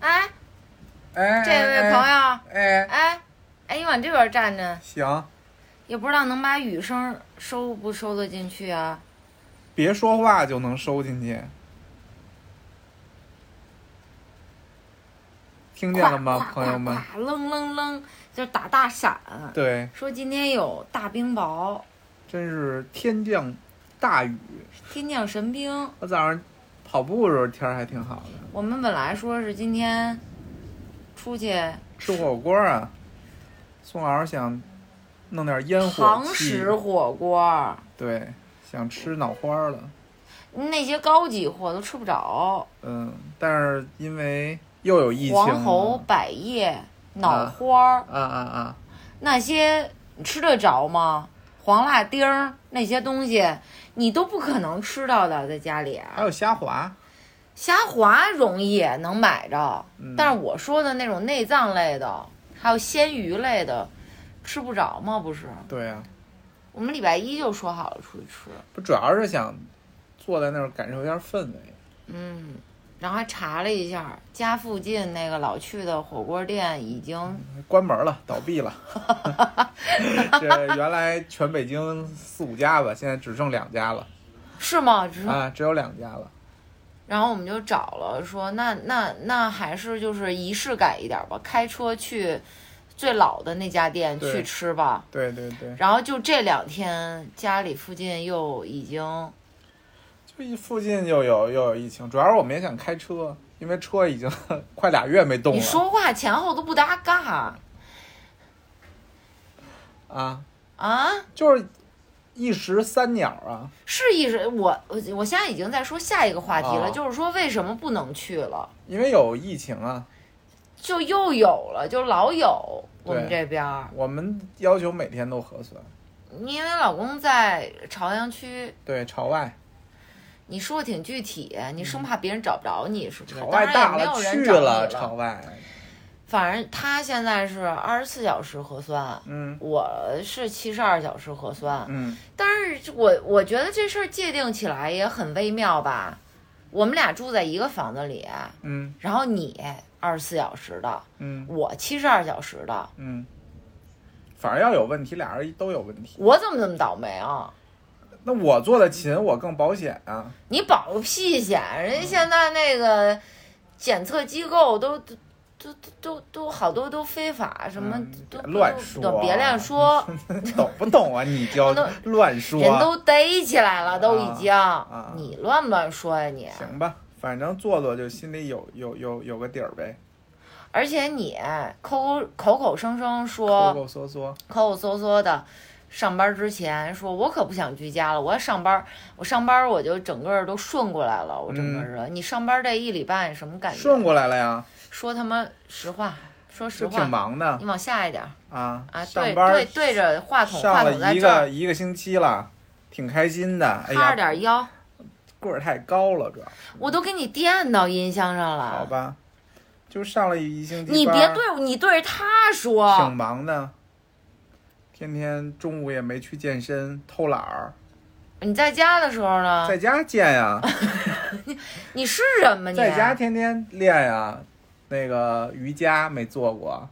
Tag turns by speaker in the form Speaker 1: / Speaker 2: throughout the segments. Speaker 1: 哎，
Speaker 2: 啊这位朋友，
Speaker 1: 友，哎，
Speaker 2: 哎，哎，你往这边站着，
Speaker 1: 行，
Speaker 2: 也不知道能把雨声收不收得进去啊？
Speaker 1: 别说话就能收进去，听见了吗，
Speaker 2: 咵
Speaker 1: 朋友们？，
Speaker 2: 咵咵咵楞楞楞，就打大闪。
Speaker 1: 对，
Speaker 2: 说今天有大冰雹，
Speaker 1: 真是天降大雨。
Speaker 2: 天降神兵。
Speaker 1: 我早上跑步的时候天儿还挺好的，
Speaker 2: 我们本来说是今天出去
Speaker 1: 吃火锅啊。宋老师想弄点烟火
Speaker 2: 堂
Speaker 1: 气
Speaker 2: 食，火锅，
Speaker 1: 对，想吃脑花了。
Speaker 2: 那些高级货都吃不着。
Speaker 1: 嗯，但是因为又有疫情了，
Speaker 2: 黄喉、百叶、脑花儿、
Speaker 1: 啊啊啊，
Speaker 2: 那些，你吃得着吗？黄辣丁儿那些东西，你都不可能吃到的，在家里。啊
Speaker 1: 还有虾滑，
Speaker 2: 虾滑容易能买着，
Speaker 1: 嗯
Speaker 2: 但是我说的那种内脏类的，还有鲜鱼类的，吃不着吗？不是，
Speaker 1: 对啊，
Speaker 2: 我们礼拜一就说好了出去吃，
Speaker 1: 不主要是想坐在那儿感受一下氛围。
Speaker 2: 嗯，然后还查了一下，家附近那个老去的火锅店已经
Speaker 1: 关门了，倒闭了。 这原来全北京四五家吧，现在只剩两家了
Speaker 2: 是吗？只是
Speaker 1: 啊，只有两家了。
Speaker 2: 然后我们就找了说，那那那还是就是仪式感一点吧，开车去最老的那家店
Speaker 1: 对
Speaker 2: 去吃吧。
Speaker 1: 对对对，
Speaker 2: 然后就这两天家里附近又已经
Speaker 1: 就一附近又有又有疫情，主要是我们也想开车，因为车已经 快俩月没动
Speaker 2: 你
Speaker 1: 了
Speaker 2: 说话前后都不搭嘎
Speaker 1: 啊，
Speaker 2: 啊！
Speaker 1: 就是一石三鸟啊。
Speaker 2: 是一直我我我现在已经在说下一个话题了，
Speaker 1: 哦
Speaker 2: 就是说为什么不能去了，
Speaker 1: 因为有疫情啊，
Speaker 2: 就又有了，就老有我们
Speaker 1: 对
Speaker 2: 这边儿，
Speaker 1: 我们要求每天都核酸，
Speaker 2: 因为老公在朝阳区，
Speaker 1: 对，朝外，
Speaker 2: 你说的挺具体，你生怕别人找不着你，是不是？
Speaker 1: 嗯朝
Speaker 2: 当
Speaker 1: 外
Speaker 2: 然也
Speaker 1: 大
Speaker 2: 没有人
Speaker 1: 去
Speaker 2: 找你
Speaker 1: 了，
Speaker 2: 了。
Speaker 1: 朝外，
Speaker 2: 反正他现在是二十四小时核酸，
Speaker 1: 嗯
Speaker 2: 我是七十二小时核酸。
Speaker 1: 嗯，
Speaker 2: 但是我我觉得这事儿界定起来也很微妙吧。我们俩住在一个房子里，
Speaker 1: 嗯
Speaker 2: 然后你二十四小时的，
Speaker 1: 嗯
Speaker 2: 我七十二小时的，
Speaker 1: 嗯，反正要有问题，俩人都有问题。
Speaker 2: 我怎么这么倒霉啊？
Speaker 1: 那我做的勤，我更保险啊。
Speaker 2: 你保个屁险！人家现在那个检测机构都都都都都好多都非法，什么
Speaker 1: 嗯
Speaker 2: 都
Speaker 1: 别乱说
Speaker 2: 都别乱说，
Speaker 1: 懂不懂啊？你就
Speaker 2: 都
Speaker 1: 乱说，
Speaker 2: 人都逮起来了，都已经
Speaker 1: 啊。
Speaker 2: 你乱不乱说呀你？
Speaker 1: 行吧，反正做做就心里有有有有个底儿呗，
Speaker 2: 而且你口口口口声声
Speaker 1: 抠
Speaker 2: 说
Speaker 1: 抠缩缩。
Speaker 2: 抠抠搜搜的，上班之前说我可不想居家了，我要上班，我上班我就整个儿都顺过来了，我整个人。你上班这一礼拜你什么感觉？
Speaker 1: 嗯顺过来了呀，
Speaker 2: 说他妈实话，说实
Speaker 1: 就挺
Speaker 2: 话，
Speaker 1: 忙的
Speaker 2: 你往下一点儿
Speaker 1: 啊
Speaker 2: 啊，对
Speaker 1: 上班
Speaker 2: 对对着话筒，话
Speaker 1: 上
Speaker 2: 筒
Speaker 1: 了
Speaker 2: 在
Speaker 1: 一
Speaker 2: 这
Speaker 1: 个
Speaker 2: 儿，
Speaker 1: 一个星期了，挺开心的。哎
Speaker 2: 趴着
Speaker 1: 呀，
Speaker 2: 点腰，
Speaker 1: 个儿太高了，主要
Speaker 2: 我都给你垫到音箱上
Speaker 1: 好
Speaker 2: 了。
Speaker 1: 吧，就上了一星期
Speaker 2: 啊
Speaker 1: 班。
Speaker 2: 你别对你对着他说
Speaker 1: 挺，忙的，天天中午也没去健身，偷懒儿，
Speaker 2: 你在家的时候呢？
Speaker 1: 在家 健呀、
Speaker 2: 你是人吗你？
Speaker 1: 在家天天练呀、那个瑜伽没做过，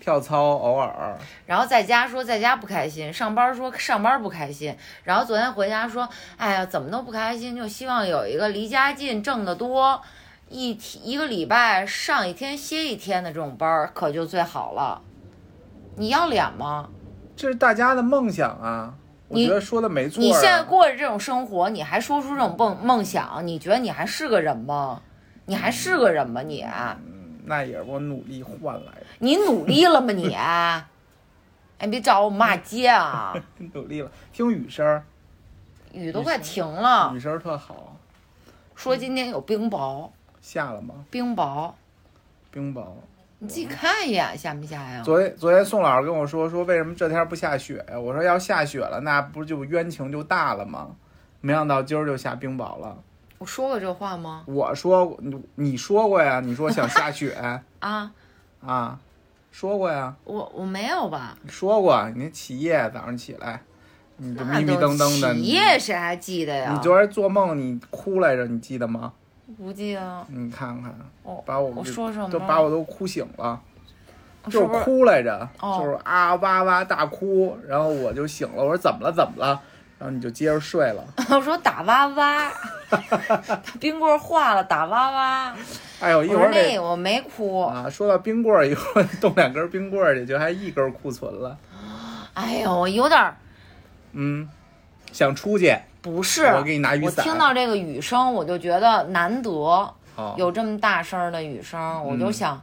Speaker 1: 跳操偶尔，
Speaker 2: 然后在家说在家不开心，上班说上班不开心，然后昨天回家说，哎呀，怎么都不开心，就希望有一个离家近、挣得多，一天一个礼拜上一天歇一天的这种班儿，可就最好了。你要脸吗？
Speaker 1: 这是大家的梦想啊。我
Speaker 2: 你
Speaker 1: 觉得说的没错、啊。
Speaker 2: 你现在过着这种生活，你还说出这种梦梦想，你觉得你还是个人吗？你还是个人吗？你啊
Speaker 1: 嗯那也是我努力换来的，
Speaker 2: 你努力了吗？你， 哎，别找我骂街 啊！
Speaker 1: 努力了。听雨声儿，
Speaker 2: 雨都快停了。
Speaker 1: 雨声儿特好。
Speaker 2: 说今天有冰雹，
Speaker 1: 下了吗？
Speaker 2: 冰雹，
Speaker 1: 冰
Speaker 2: 啊
Speaker 1: 雹。
Speaker 2: 你自己看一眼下没下呀？
Speaker 1: 昨天昨天宋老师跟我说说为什么这天不下雪呀？我说要下雪了，那不就冤情就大了吗？没想到今儿就下冰雹了。
Speaker 2: 我说过这话吗？
Speaker 1: 我说你你说过呀，你说想下雪
Speaker 2: 啊，
Speaker 1: 啊，说过呀，
Speaker 2: 我我没有吧？
Speaker 1: 你说过你起夜早上起来，你就迷迷瞪瞪的，
Speaker 2: 那都起
Speaker 1: 你
Speaker 2: 夜谁还记得呀？
Speaker 1: 你昨儿做梦你哭来着，你记得吗？
Speaker 2: 不记得
Speaker 1: 你看看，
Speaker 2: 啊我
Speaker 1: 把我们
Speaker 2: 我
Speaker 1: 这
Speaker 2: 说什么
Speaker 1: 都把我都哭醒了，就是是
Speaker 2: 不是
Speaker 1: 哭来着，
Speaker 2: 哦
Speaker 1: 就是啊哇哇大哭，然后我就醒了，我说怎么了怎么了，然后你就接着睡了。
Speaker 2: 我说打哇哇，冰棍儿化了打哇哇。
Speaker 1: 哎呦，
Speaker 2: 我
Speaker 1: 一会
Speaker 2: 说
Speaker 1: 儿
Speaker 2: 那
Speaker 1: 得
Speaker 2: 我没哭。
Speaker 1: 啊，说到冰棍儿， 一会儿冻两根冰棍儿去，就还一根库存了。
Speaker 2: 哎呦，我有点儿
Speaker 1: 嗯，想出去，
Speaker 2: 不是。
Speaker 1: 我给你拿雨
Speaker 2: 我
Speaker 1: 伞。哦
Speaker 2: 听到这个雨声，我就觉得难得
Speaker 1: 好，
Speaker 2: 有这么大声儿的雨声，我就想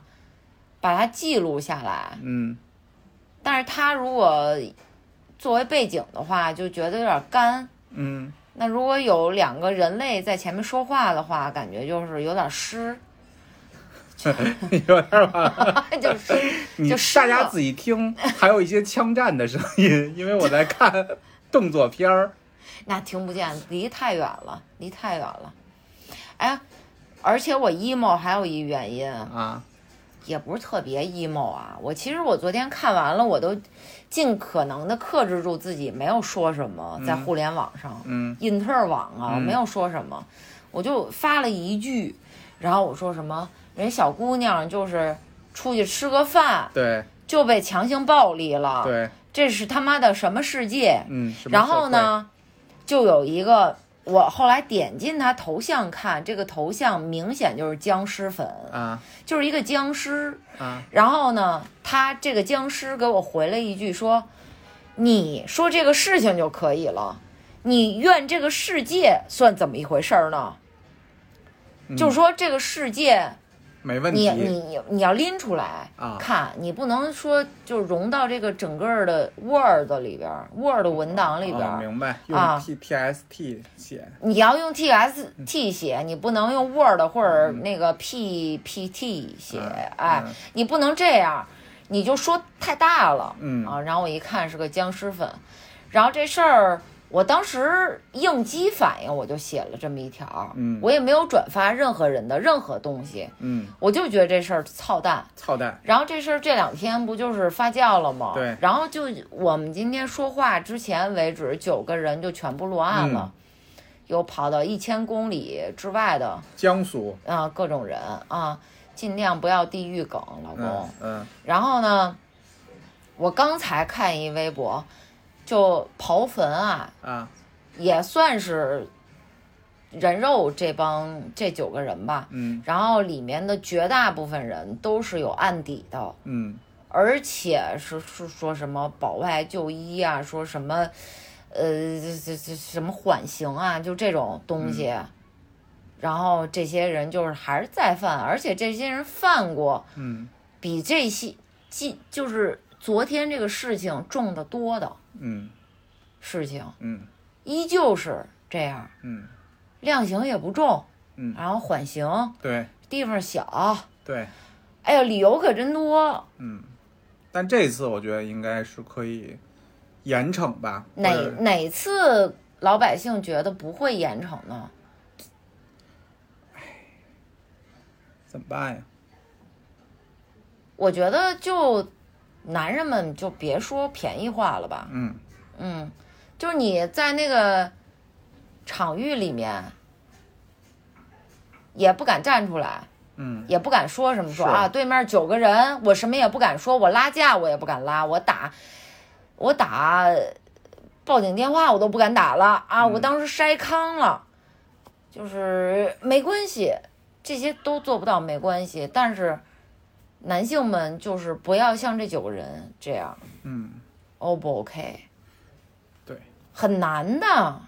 Speaker 2: 把它记录下来。
Speaker 1: 嗯，
Speaker 2: 但是它如果作为背景的话，就觉得有点干。
Speaker 1: 嗯，
Speaker 2: 那如果有两个人类在前面说话的话，感觉就是有点 湿，
Speaker 1: 有点儿吧。
Speaker 2: 就是
Speaker 1: 你
Speaker 2: 就湿
Speaker 1: 大家
Speaker 2: 了
Speaker 1: 仔细听，还有一些枪战的声音，因为我在看动作片儿。
Speaker 2: 那听不见，离太远了，离太远了。哎，而且我 emo 还有一原因，
Speaker 1: 啊，
Speaker 2: 也不是特别 emo 啊。我其实我昨天看完了，我都尽可能的克制住自己，没有说什么，在互联网上，
Speaker 1: 嗯
Speaker 2: 印特儿网啊，我
Speaker 1: 嗯
Speaker 2: 没有说什么，我就发了一句，然后我说什么，人小姑娘就是出去吃个饭
Speaker 1: 对
Speaker 2: 就被强行暴力了，
Speaker 1: 对，
Speaker 2: 这是他妈的什么世界？
Speaker 1: 嗯。什么
Speaker 2: 啊然
Speaker 1: 社
Speaker 2: 后
Speaker 1: 会？
Speaker 2: 呢，就有一个我后来点进他头像看，这个头像明显就是僵尸粉，
Speaker 1: 啊
Speaker 2: 就是一个僵尸。
Speaker 1: 啊，
Speaker 2: 然后呢，他这个僵尸给我回了一句说：“你说这个事情就可以了，你怨这个世界算怎么一回事儿呢？”
Speaker 1: 嗯
Speaker 2: 就是说这个世界，
Speaker 1: 没问
Speaker 2: 你
Speaker 1: 题。哦
Speaker 2: 你你要拎出来
Speaker 1: 啊
Speaker 2: 看，你不能说就融到这个整个的 Word 里边儿，Word 文档里边
Speaker 1: 哦
Speaker 2: 儿，
Speaker 1: 明白，用
Speaker 2: 啊
Speaker 1: P T S T 写，
Speaker 2: 你要
Speaker 1: 嗯
Speaker 2: 用 T S T 写，你不能用 Word 或者那个 P P T 写，
Speaker 1: 嗯
Speaker 2: 哎
Speaker 1: 嗯，
Speaker 2: 你不能这样，你就说太大了，
Speaker 1: 嗯
Speaker 2: 啊。然后我一看是个僵尸粉，然后这事儿我当时应激反应，我就写了这么一条，
Speaker 1: 嗯
Speaker 2: 我也没有转发任何人的任何东西，
Speaker 1: 嗯，
Speaker 2: 我就觉得这事儿操蛋。
Speaker 1: 操蛋，
Speaker 2: 然后这事儿这两天不就是发酵了吗？
Speaker 1: 对
Speaker 2: 然后就我们今天说话之前为止，九个人就全部落案
Speaker 1: 嗯
Speaker 2: 了，有跑到一千公里之外的
Speaker 1: 江苏，
Speaker 2: 啊、各种人啊，尽量不要地域梗，老公。
Speaker 1: 嗯嗯
Speaker 2: 然后呢，我刚才看一微博，就刨坟啊，
Speaker 1: 啊，
Speaker 2: 也算是人肉这帮这九个人吧。
Speaker 1: 嗯
Speaker 2: 然后里面的绝大部分人都是有案底的，
Speaker 1: 嗯
Speaker 2: 而且是是说什么保外就医啊，说什么，呃，这这这什么缓刑啊，就这种东西。然后这些人就是还是再犯，而且这些人犯过
Speaker 1: 嗯
Speaker 2: 比这些记就是昨天这个事情重得多的
Speaker 1: 嗯
Speaker 2: 事情，
Speaker 1: 嗯
Speaker 2: 依旧是这样，
Speaker 1: 嗯，
Speaker 2: 量刑也不重，
Speaker 1: 嗯
Speaker 2: 然后缓刑
Speaker 1: 对
Speaker 2: 地方小，
Speaker 1: 对，
Speaker 2: 哎呀，理由可真多，
Speaker 1: 嗯，但这次我觉得应该是可以严惩吧，
Speaker 2: 哪
Speaker 1: 或者
Speaker 2: 哪次老百姓觉得不会严惩呢？
Speaker 1: 怎么办呀？
Speaker 2: 我觉得就男人们就别说便宜话了吧，
Speaker 1: 嗯
Speaker 2: 嗯，就是你在那个场域里面也不敢站出来，
Speaker 1: 嗯
Speaker 2: 也不敢说什么说
Speaker 1: 是
Speaker 2: 啊，对面九个人，我什么也不敢说，我拉架我也不敢拉，我打我打报警电话我都不敢打了啊，
Speaker 1: 嗯
Speaker 2: 我当时筛糠了，就是没关系，这些都做不到没关系，但是男性们就是不要像这九个人这样
Speaker 1: 嗯，
Speaker 2: ，O 不 OK？
Speaker 1: 对，
Speaker 2: 很难的。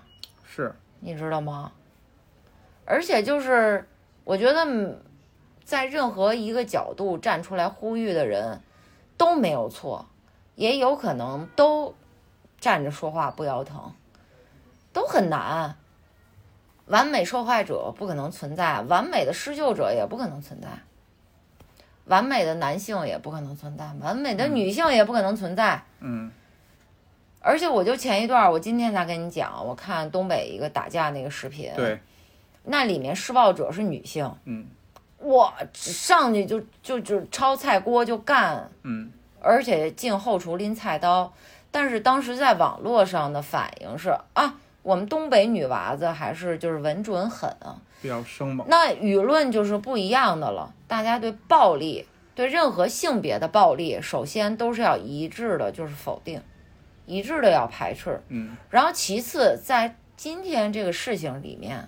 Speaker 1: 是，
Speaker 2: 你知道吗？而且就是，我觉得嗯在任何一个角度站出来呼吁的人都没有错，也有可能都站着说话不腰疼，都很难。完美受害者不可能存在，完美的施救者也不可能存在，完美的男性也不可能存在，完美的女性也不可能存在。
Speaker 1: 嗯
Speaker 2: 而且我就前一段儿，我今天才跟你讲，我看东北一个打架那个视频，，
Speaker 1: 对，
Speaker 2: 那里面施暴者是女性，
Speaker 1: 嗯
Speaker 2: 哇，上去就就就抄菜锅就干，
Speaker 1: 嗯
Speaker 2: 而且进后厨拎菜刀。但是当时在网络上的反应是啊，我们东北女娃子还是就是稳准狠啊，
Speaker 1: 比较生猛。
Speaker 2: 那舆论就是不一样的了，大家对暴力，对任何性别的暴力，首先都是要一致的，就是否定，一致的要排斥。
Speaker 1: 嗯，
Speaker 2: 然后其次，在今天这个事情里面，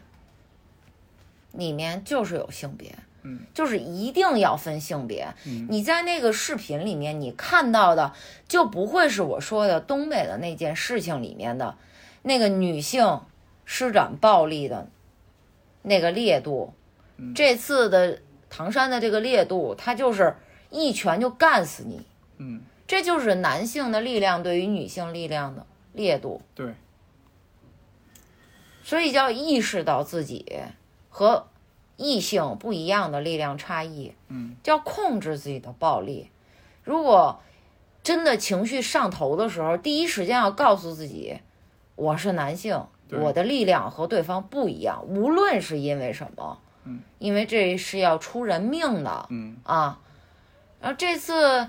Speaker 2: 里面就是有性别，
Speaker 1: 嗯，
Speaker 2: 就是一定要分性别。你在那个视频里面你看到的，就不会是我说的东北的那件事情里面的那个女性施展暴力的那个烈度。这次的唐山的这个烈度，它就是一拳就干死你。
Speaker 1: 嗯，
Speaker 2: 这就是男性的力量对于女性力量的烈度。
Speaker 1: 对，
Speaker 2: 所以要意识到自己和异性不一样的力量差异，
Speaker 1: 嗯，
Speaker 2: 就要控制自己的暴力。如果真的情绪上头的时候，第一时间要告诉自己，我是男性，
Speaker 1: 对
Speaker 2: 我的力量和对方不一样，无论是因为什么，
Speaker 1: 嗯，
Speaker 2: 因为这是要出人命的
Speaker 1: 嗯
Speaker 2: 啊。然后这次，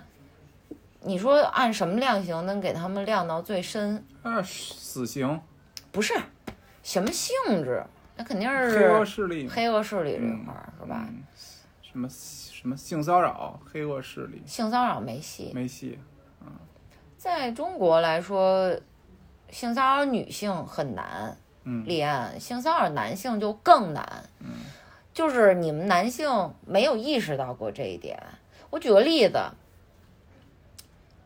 Speaker 2: 你说按什么量刑能给他们量到最深？
Speaker 1: 啊，死刑，
Speaker 2: 不是什么性质，那肯定是
Speaker 1: 黑恶势力嘛，
Speaker 2: 黑恶势力这块儿、是吧？
Speaker 1: 嗯什么什么性骚扰、黑恶势力，
Speaker 2: 性骚扰没戏，
Speaker 1: 没戏。
Speaker 2: 在中国来说，性骚扰女性很难
Speaker 1: 嗯
Speaker 2: 立案，性骚扰男性就更难。嗯，就是你们男性没有意识到过这一点。我举个例子，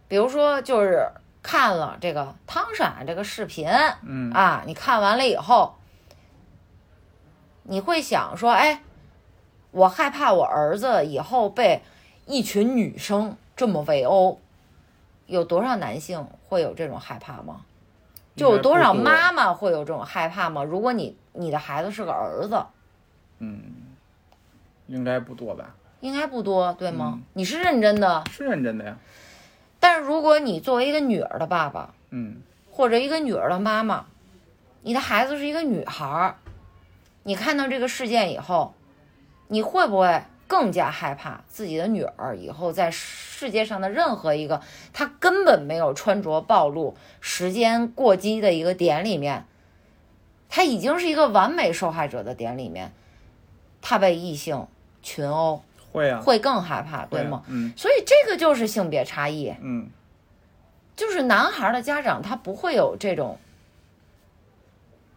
Speaker 2: 比如说就是看了这个汤闪这个视频，
Speaker 1: 嗯
Speaker 2: 啊，你看完了以后，你会想说，哎，我害怕我儿子以后被一群女生这么围殴，有多少男性会有这种害怕吗？就有多少
Speaker 1: 应该不多
Speaker 2: 妈妈会有这种害怕吗？如果你你的孩子是个儿子，
Speaker 1: 嗯，应该不多吧？
Speaker 2: 应该不多，对吗？
Speaker 1: 嗯
Speaker 2: 你是认真的，
Speaker 1: 是认真的呀。
Speaker 2: 但是如果你作为一个女儿的爸爸，
Speaker 1: 嗯，
Speaker 2: 或者一个女儿的妈妈，你的孩子是一个女孩儿，你看到这个事件以后，你会不会更加害怕自己的女儿以后在世界上的任何一个她根本没有穿着暴露、时间过激的一个点里面，她已经是一个完美受害者的点里面，她被异性群殴
Speaker 1: 会啊，
Speaker 2: 会更害怕，
Speaker 1: 会
Speaker 2: 对
Speaker 1: 啊
Speaker 2: 吗？？
Speaker 1: 嗯
Speaker 2: 所以这个就是性别差异。
Speaker 1: 嗯，
Speaker 2: 就是男孩儿的家长他不会有这种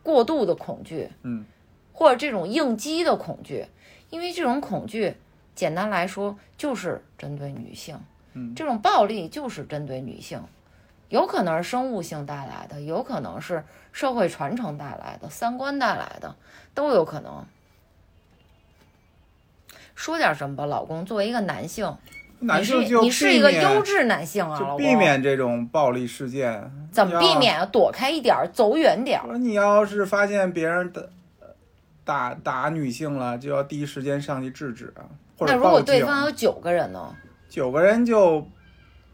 Speaker 2: 过度的恐惧，
Speaker 1: 嗯，
Speaker 2: 或者这种应激的恐惧，因为这种恐惧简单来说就是针对女性，
Speaker 1: 嗯，
Speaker 2: 这种暴力就是针对女性，有可能是生物性带来的，有可能是社会传承带来的，三观带来的都有可能。说点什么吧，老公，作为一个男性，
Speaker 1: 男性就
Speaker 2: 你是你是一个
Speaker 1: 避免
Speaker 2: 优质男性啊，老
Speaker 1: 就
Speaker 2: 公，
Speaker 1: 避免这种暴力事件。
Speaker 2: 怎么避
Speaker 1: 要
Speaker 2: 免？躲开一点儿，走远点儿。
Speaker 1: 说你要是发现别人打打打女性了，就要第一时间上去制止啊，或
Speaker 2: 那
Speaker 1: 者
Speaker 2: 如果
Speaker 1: 报
Speaker 2: 对
Speaker 1: 警。
Speaker 2: 方有九个人呢，
Speaker 1: 九个人就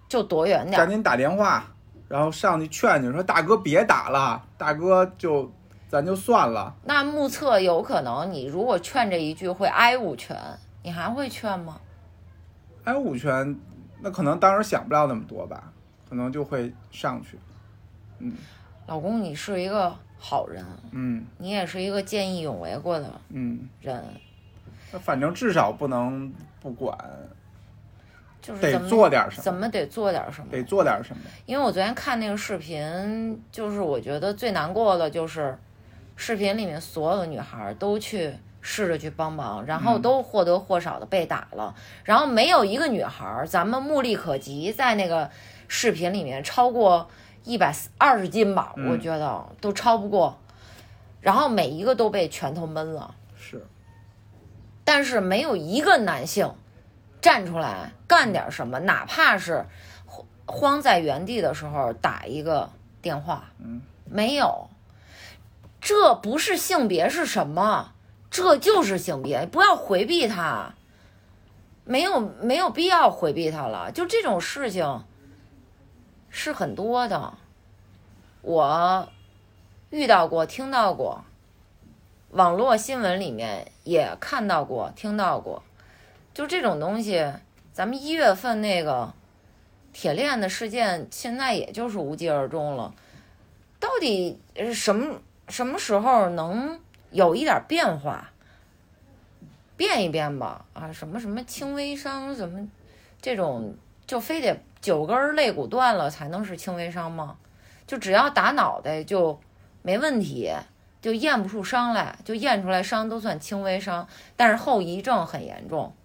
Speaker 2: 就躲远点
Speaker 1: 赶
Speaker 2: 儿。
Speaker 1: 紧打电话，然后上去劝你说：“大哥别打了，大哥就咱就算了。
Speaker 2: 那目测有可能，你如果劝这一句会挨五拳，你还会劝吗？”
Speaker 1: 哎，五拳，那可能当时想不了那么多吧，可能就会上去。
Speaker 2: 老公，你是一个好人，
Speaker 1: 嗯
Speaker 2: 你也是一个见义勇为过的
Speaker 1: 嗯，
Speaker 2: 人，
Speaker 1: 那反正至少不能不管，
Speaker 2: 就是
Speaker 1: 得
Speaker 2: 嗯怎么
Speaker 1: 做点什么，
Speaker 2: 怎么得做点什么
Speaker 1: 得。做点什么。
Speaker 2: 因为我昨天看那个视频，就是我觉得最难过的就是，视频里面所有的女孩都去试着去帮忙，然后都或多或少的被打了，然后没有一个女孩，咱们目力可及，在那个视频里面超过一百二十斤吧，
Speaker 1: 嗯
Speaker 2: 我觉得都超不过，然后每一个都被拳头闷了，
Speaker 1: 是，
Speaker 2: 但是没有一个男性站出来干点什么，哪怕是慌慌在原地的时候打一个电话，
Speaker 1: 嗯，
Speaker 2: 没有。这不是性别是什么？这就是性别，不要回避它，没有没有必要回避它了。就这种事情是很多的，我遇到过，听到过，网络新闻里面也看到过、听到过，就这种东西，咱们一月份那个铁链的事件，现在也就是无疾而终了。到底呃什么什么时候能有一点变化？变一变吧，啊，什么什么轻微伤，什么这种，就非得九根肋骨断了才能是轻微伤吗？就只要打脑袋就没问题，就验不出伤来，就验出来伤都算轻微伤，但是后遗症很严重。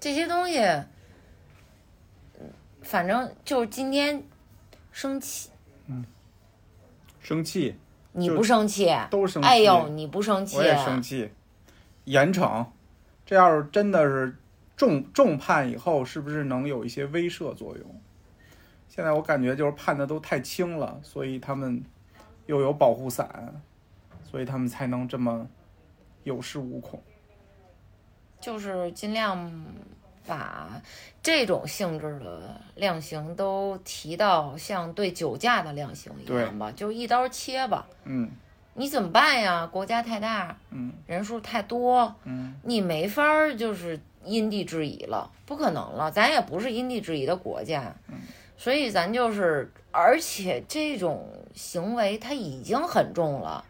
Speaker 2: 这些东西，嗯反正就是今天生气，
Speaker 3: 生气
Speaker 2: 你
Speaker 3: 就
Speaker 2: 不生气？
Speaker 1: 都生气，
Speaker 2: 哎呦，你不生气
Speaker 1: 我？也生气，严惩。这要是真的是重重判以后，是不是能有一些威慑作用？现在我感觉就是判的都太轻了，所以他们又有保护伞，所以他们才能这么有恃无恐。
Speaker 2: 就是尽量把这种性质的量刑都提到像对酒驾的量刑一样吧，就一刀切吧。
Speaker 1: 嗯
Speaker 2: 你怎么办呀？国家太大，
Speaker 1: 嗯
Speaker 2: 人数太多，
Speaker 1: 嗯，
Speaker 2: 你没法儿就是因地制宜了，不可能了。咱也不是因地制宜的国家，所以咱就是，而且这种行为它已经很重了，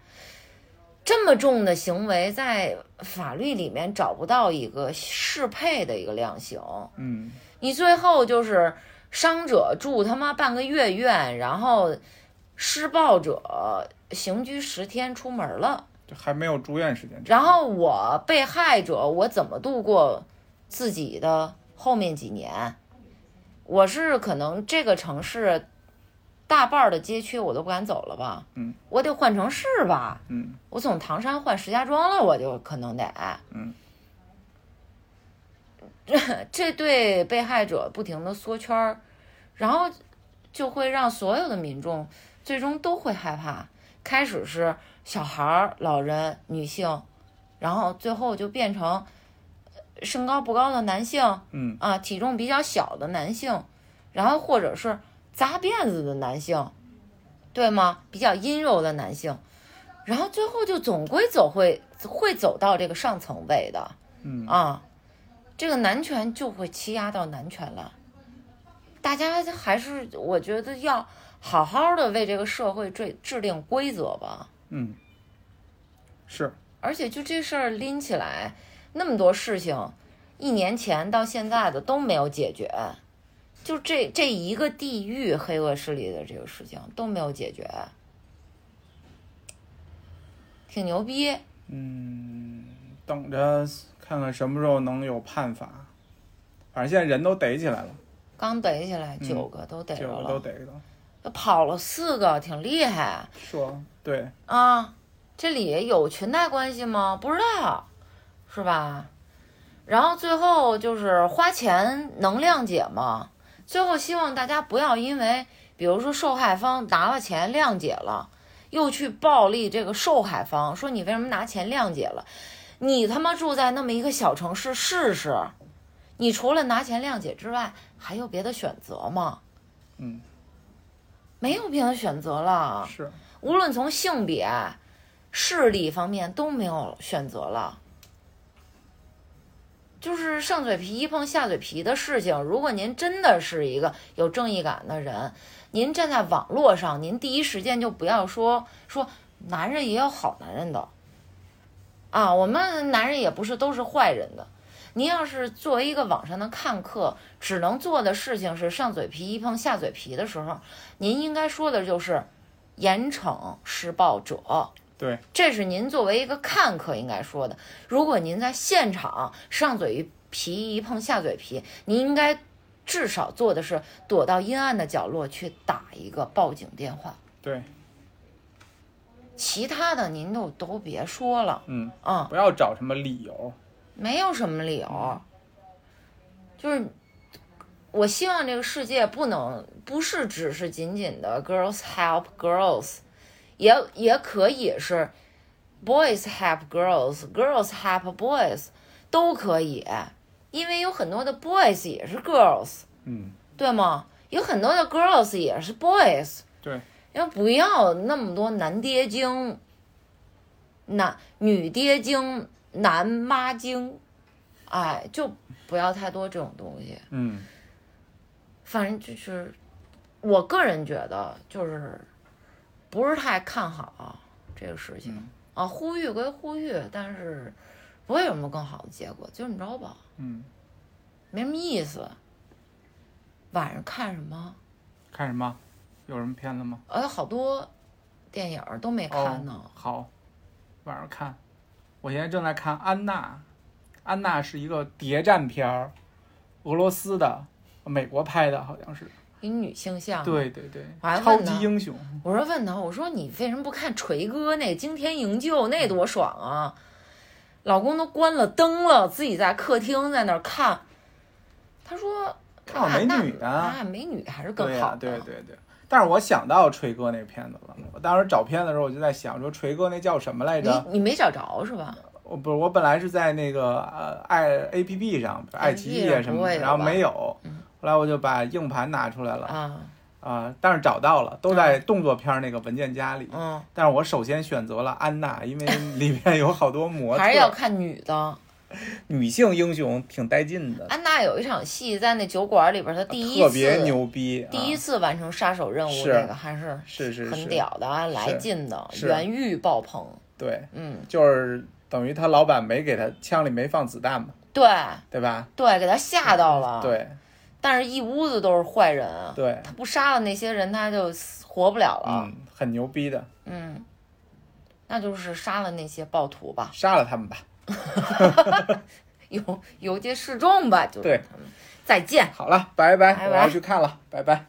Speaker 2: 这么重的行为在法律里面找不到一个适配的一个量刑，
Speaker 1: 嗯
Speaker 2: 你最后就是伤者住他妈半个月院，然后施暴者刑拘十天出门了。
Speaker 1: 就还没有住院时间长。
Speaker 2: 然后我被害者，我怎么度过自己的后面几年？我是可能这个城市大半儿的街区我都不敢走了吧？
Speaker 1: 嗯，
Speaker 2: 我得换城市吧？
Speaker 1: 嗯，
Speaker 2: 我从唐山换石家庄了，我就可能得。
Speaker 1: 嗯，
Speaker 2: 这 这对被害者不停的缩圈儿，然后就会让所有的民众最终都会害怕。开始是小孩儿、老人、女性，然后最后就变成呃身高不高的男性，
Speaker 1: 嗯
Speaker 2: 啊，体重比较小的男性，然后或者是扎辫子的男性，对吗？比较阴柔的男性，然后最后就总归走会会走到这个上层位的，
Speaker 1: 嗯
Speaker 2: 啊，这个男权就会欺压到男权了。大家还是我觉得要好好的为这个社会制制定规则吧。
Speaker 1: 嗯，是
Speaker 2: 而且就这事儿拎起来，那么多事情，一年前到现在的都没有解决，就这这一个地域黑恶势力的这个事情都没有解决，挺牛逼。
Speaker 1: 等着看看什么时候能有判罚。反正现在人都逮起来了，
Speaker 2: 刚逮起来九个都逮
Speaker 1: 这
Speaker 2: 着
Speaker 1: 嗯个都
Speaker 2: 了，
Speaker 1: 逮了。
Speaker 2: 跑了四个，挺厉害
Speaker 1: 说对，
Speaker 2: 啊！这里有裙带关系吗？不知道，是吧？然后最后就是花钱能谅解吗？最后希望大家不要因为，比如说受害方拿了钱谅解了，又去暴力这个受害方，说你为什么拿钱谅解了？你他妈住在那么一个小城市试试，你除了拿钱谅解之外，还有别的选择吗？
Speaker 1: 嗯，
Speaker 2: 没有别的选择了，
Speaker 1: 是
Speaker 2: 无论从性别、视力方面都没有选择了。就是上嘴皮一碰下嘴皮的事情。如果您真的是一个有正义感的人，您站在网络上，您第一时间就不要说说男人也有好男人的，啊，我们男人也不是都是坏人的。您要是作为一个网上的看客，只能做的事情是上嘴皮一碰下嘴皮的时候，您应该说的就是严惩施暴者。
Speaker 1: 对，
Speaker 2: 这是您作为一个看客应该说的。如果您在现场上嘴皮一碰下嘴皮，您应该至少做的是躲到阴暗的角落去打一个报警电话，
Speaker 1: 对，
Speaker 2: 其他的您就都别说了
Speaker 1: 嗯，
Speaker 2: 啊、
Speaker 1: 不要找什么理由。
Speaker 2: 没有什么理由。就是我希望这个世界不能不是只是仅仅的 girls help girls，也也可以是 boys help girls，girls help boys 都可以，因为有很多的 boys 也是 girls，
Speaker 1: 嗯，
Speaker 2: 对吗？有很多的 girls 也是 boys，
Speaker 1: 对，
Speaker 2: 要不要那么多男爹精、男女爹精、男妈精？哎，就不要太多这种东西。
Speaker 1: 嗯，
Speaker 2: 反正就是，我个人觉得就是不是太看好这个事情、啊。呼吁归呼吁，但是不会有什么更好的结果，就这么着吧，
Speaker 1: 嗯，
Speaker 2: 没什么意思。晚上看什么？
Speaker 1: 看什么？有什么片子吗？
Speaker 2: 哎，好多电影儿都没看呢。
Speaker 1: 哦。好，晚上看。我现在正在看《安娜》，《安娜》是一个谍战片儿，俄罗斯的，美国拍的，好像是。
Speaker 2: 一女性向。，
Speaker 1: 对对对，
Speaker 2: 啊我还
Speaker 1: 超
Speaker 2: 问呢
Speaker 1: 级英雄。
Speaker 2: 我说问他，我说你为什么不看锤哥那惊天营救那
Speaker 1: 嗯
Speaker 2: 多爽啊？老公都关了灯了，自己在客厅在那儿看。他说
Speaker 1: 看我美女啊
Speaker 2: 那那美女还是更
Speaker 1: 对呀、啊
Speaker 2: 好的。
Speaker 1: 对对对。但是我想到锤哥那片子了，我当时找片子的时候，我就在想说，锤哥那叫什么来着？
Speaker 2: 你你没找着是吧？
Speaker 1: 我不是，我本来是在那个呃爱 A P P 上，比如爱奇艺啊什
Speaker 2: 不
Speaker 1: 么
Speaker 2: 会
Speaker 1: 的，
Speaker 2: 有
Speaker 1: 然后
Speaker 2: 吧
Speaker 1: 没有
Speaker 2: 嗯，
Speaker 1: 后来我就把硬盘拿出来了啊、
Speaker 2: 啊，
Speaker 1: 但是找到了，都在动作片儿那个文件夹里。
Speaker 2: 嗯，
Speaker 1: 但是我首先选择了安娜，因为里面有好多模特，
Speaker 2: 还是要看女的。
Speaker 1: 女性英雄挺带劲的，
Speaker 2: 安娜有一场戏在那酒馆里边，她第一
Speaker 1: 特
Speaker 2: 次
Speaker 1: 别牛逼，啊
Speaker 2: 第一次完成杀手任务，
Speaker 1: 是
Speaker 2: 那个还是
Speaker 1: 是是
Speaker 2: 很
Speaker 1: 是，
Speaker 2: 屌的啊，来劲的，
Speaker 1: 是
Speaker 2: 原欲爆棚。
Speaker 1: 对，
Speaker 2: 嗯，
Speaker 1: 就是等于他老板没给他枪里没放子弹嘛，
Speaker 2: 对
Speaker 1: 对吧？
Speaker 2: 对，给他吓到了。，
Speaker 1: 对
Speaker 2: 但是一屋子都是坏人啊，
Speaker 1: 对，
Speaker 2: 他不杀了那些人，他就死活不了了。
Speaker 1: 嗯，很牛逼的，
Speaker 2: 嗯那就是杀了那些暴徒吧，
Speaker 1: 杀了他们吧。
Speaker 2: 游游街示众吧，就是
Speaker 1: 对
Speaker 2: 他们。再见。
Speaker 1: 好了，拜拜，
Speaker 2: 拜拜
Speaker 1: 我要去看了，拜拜。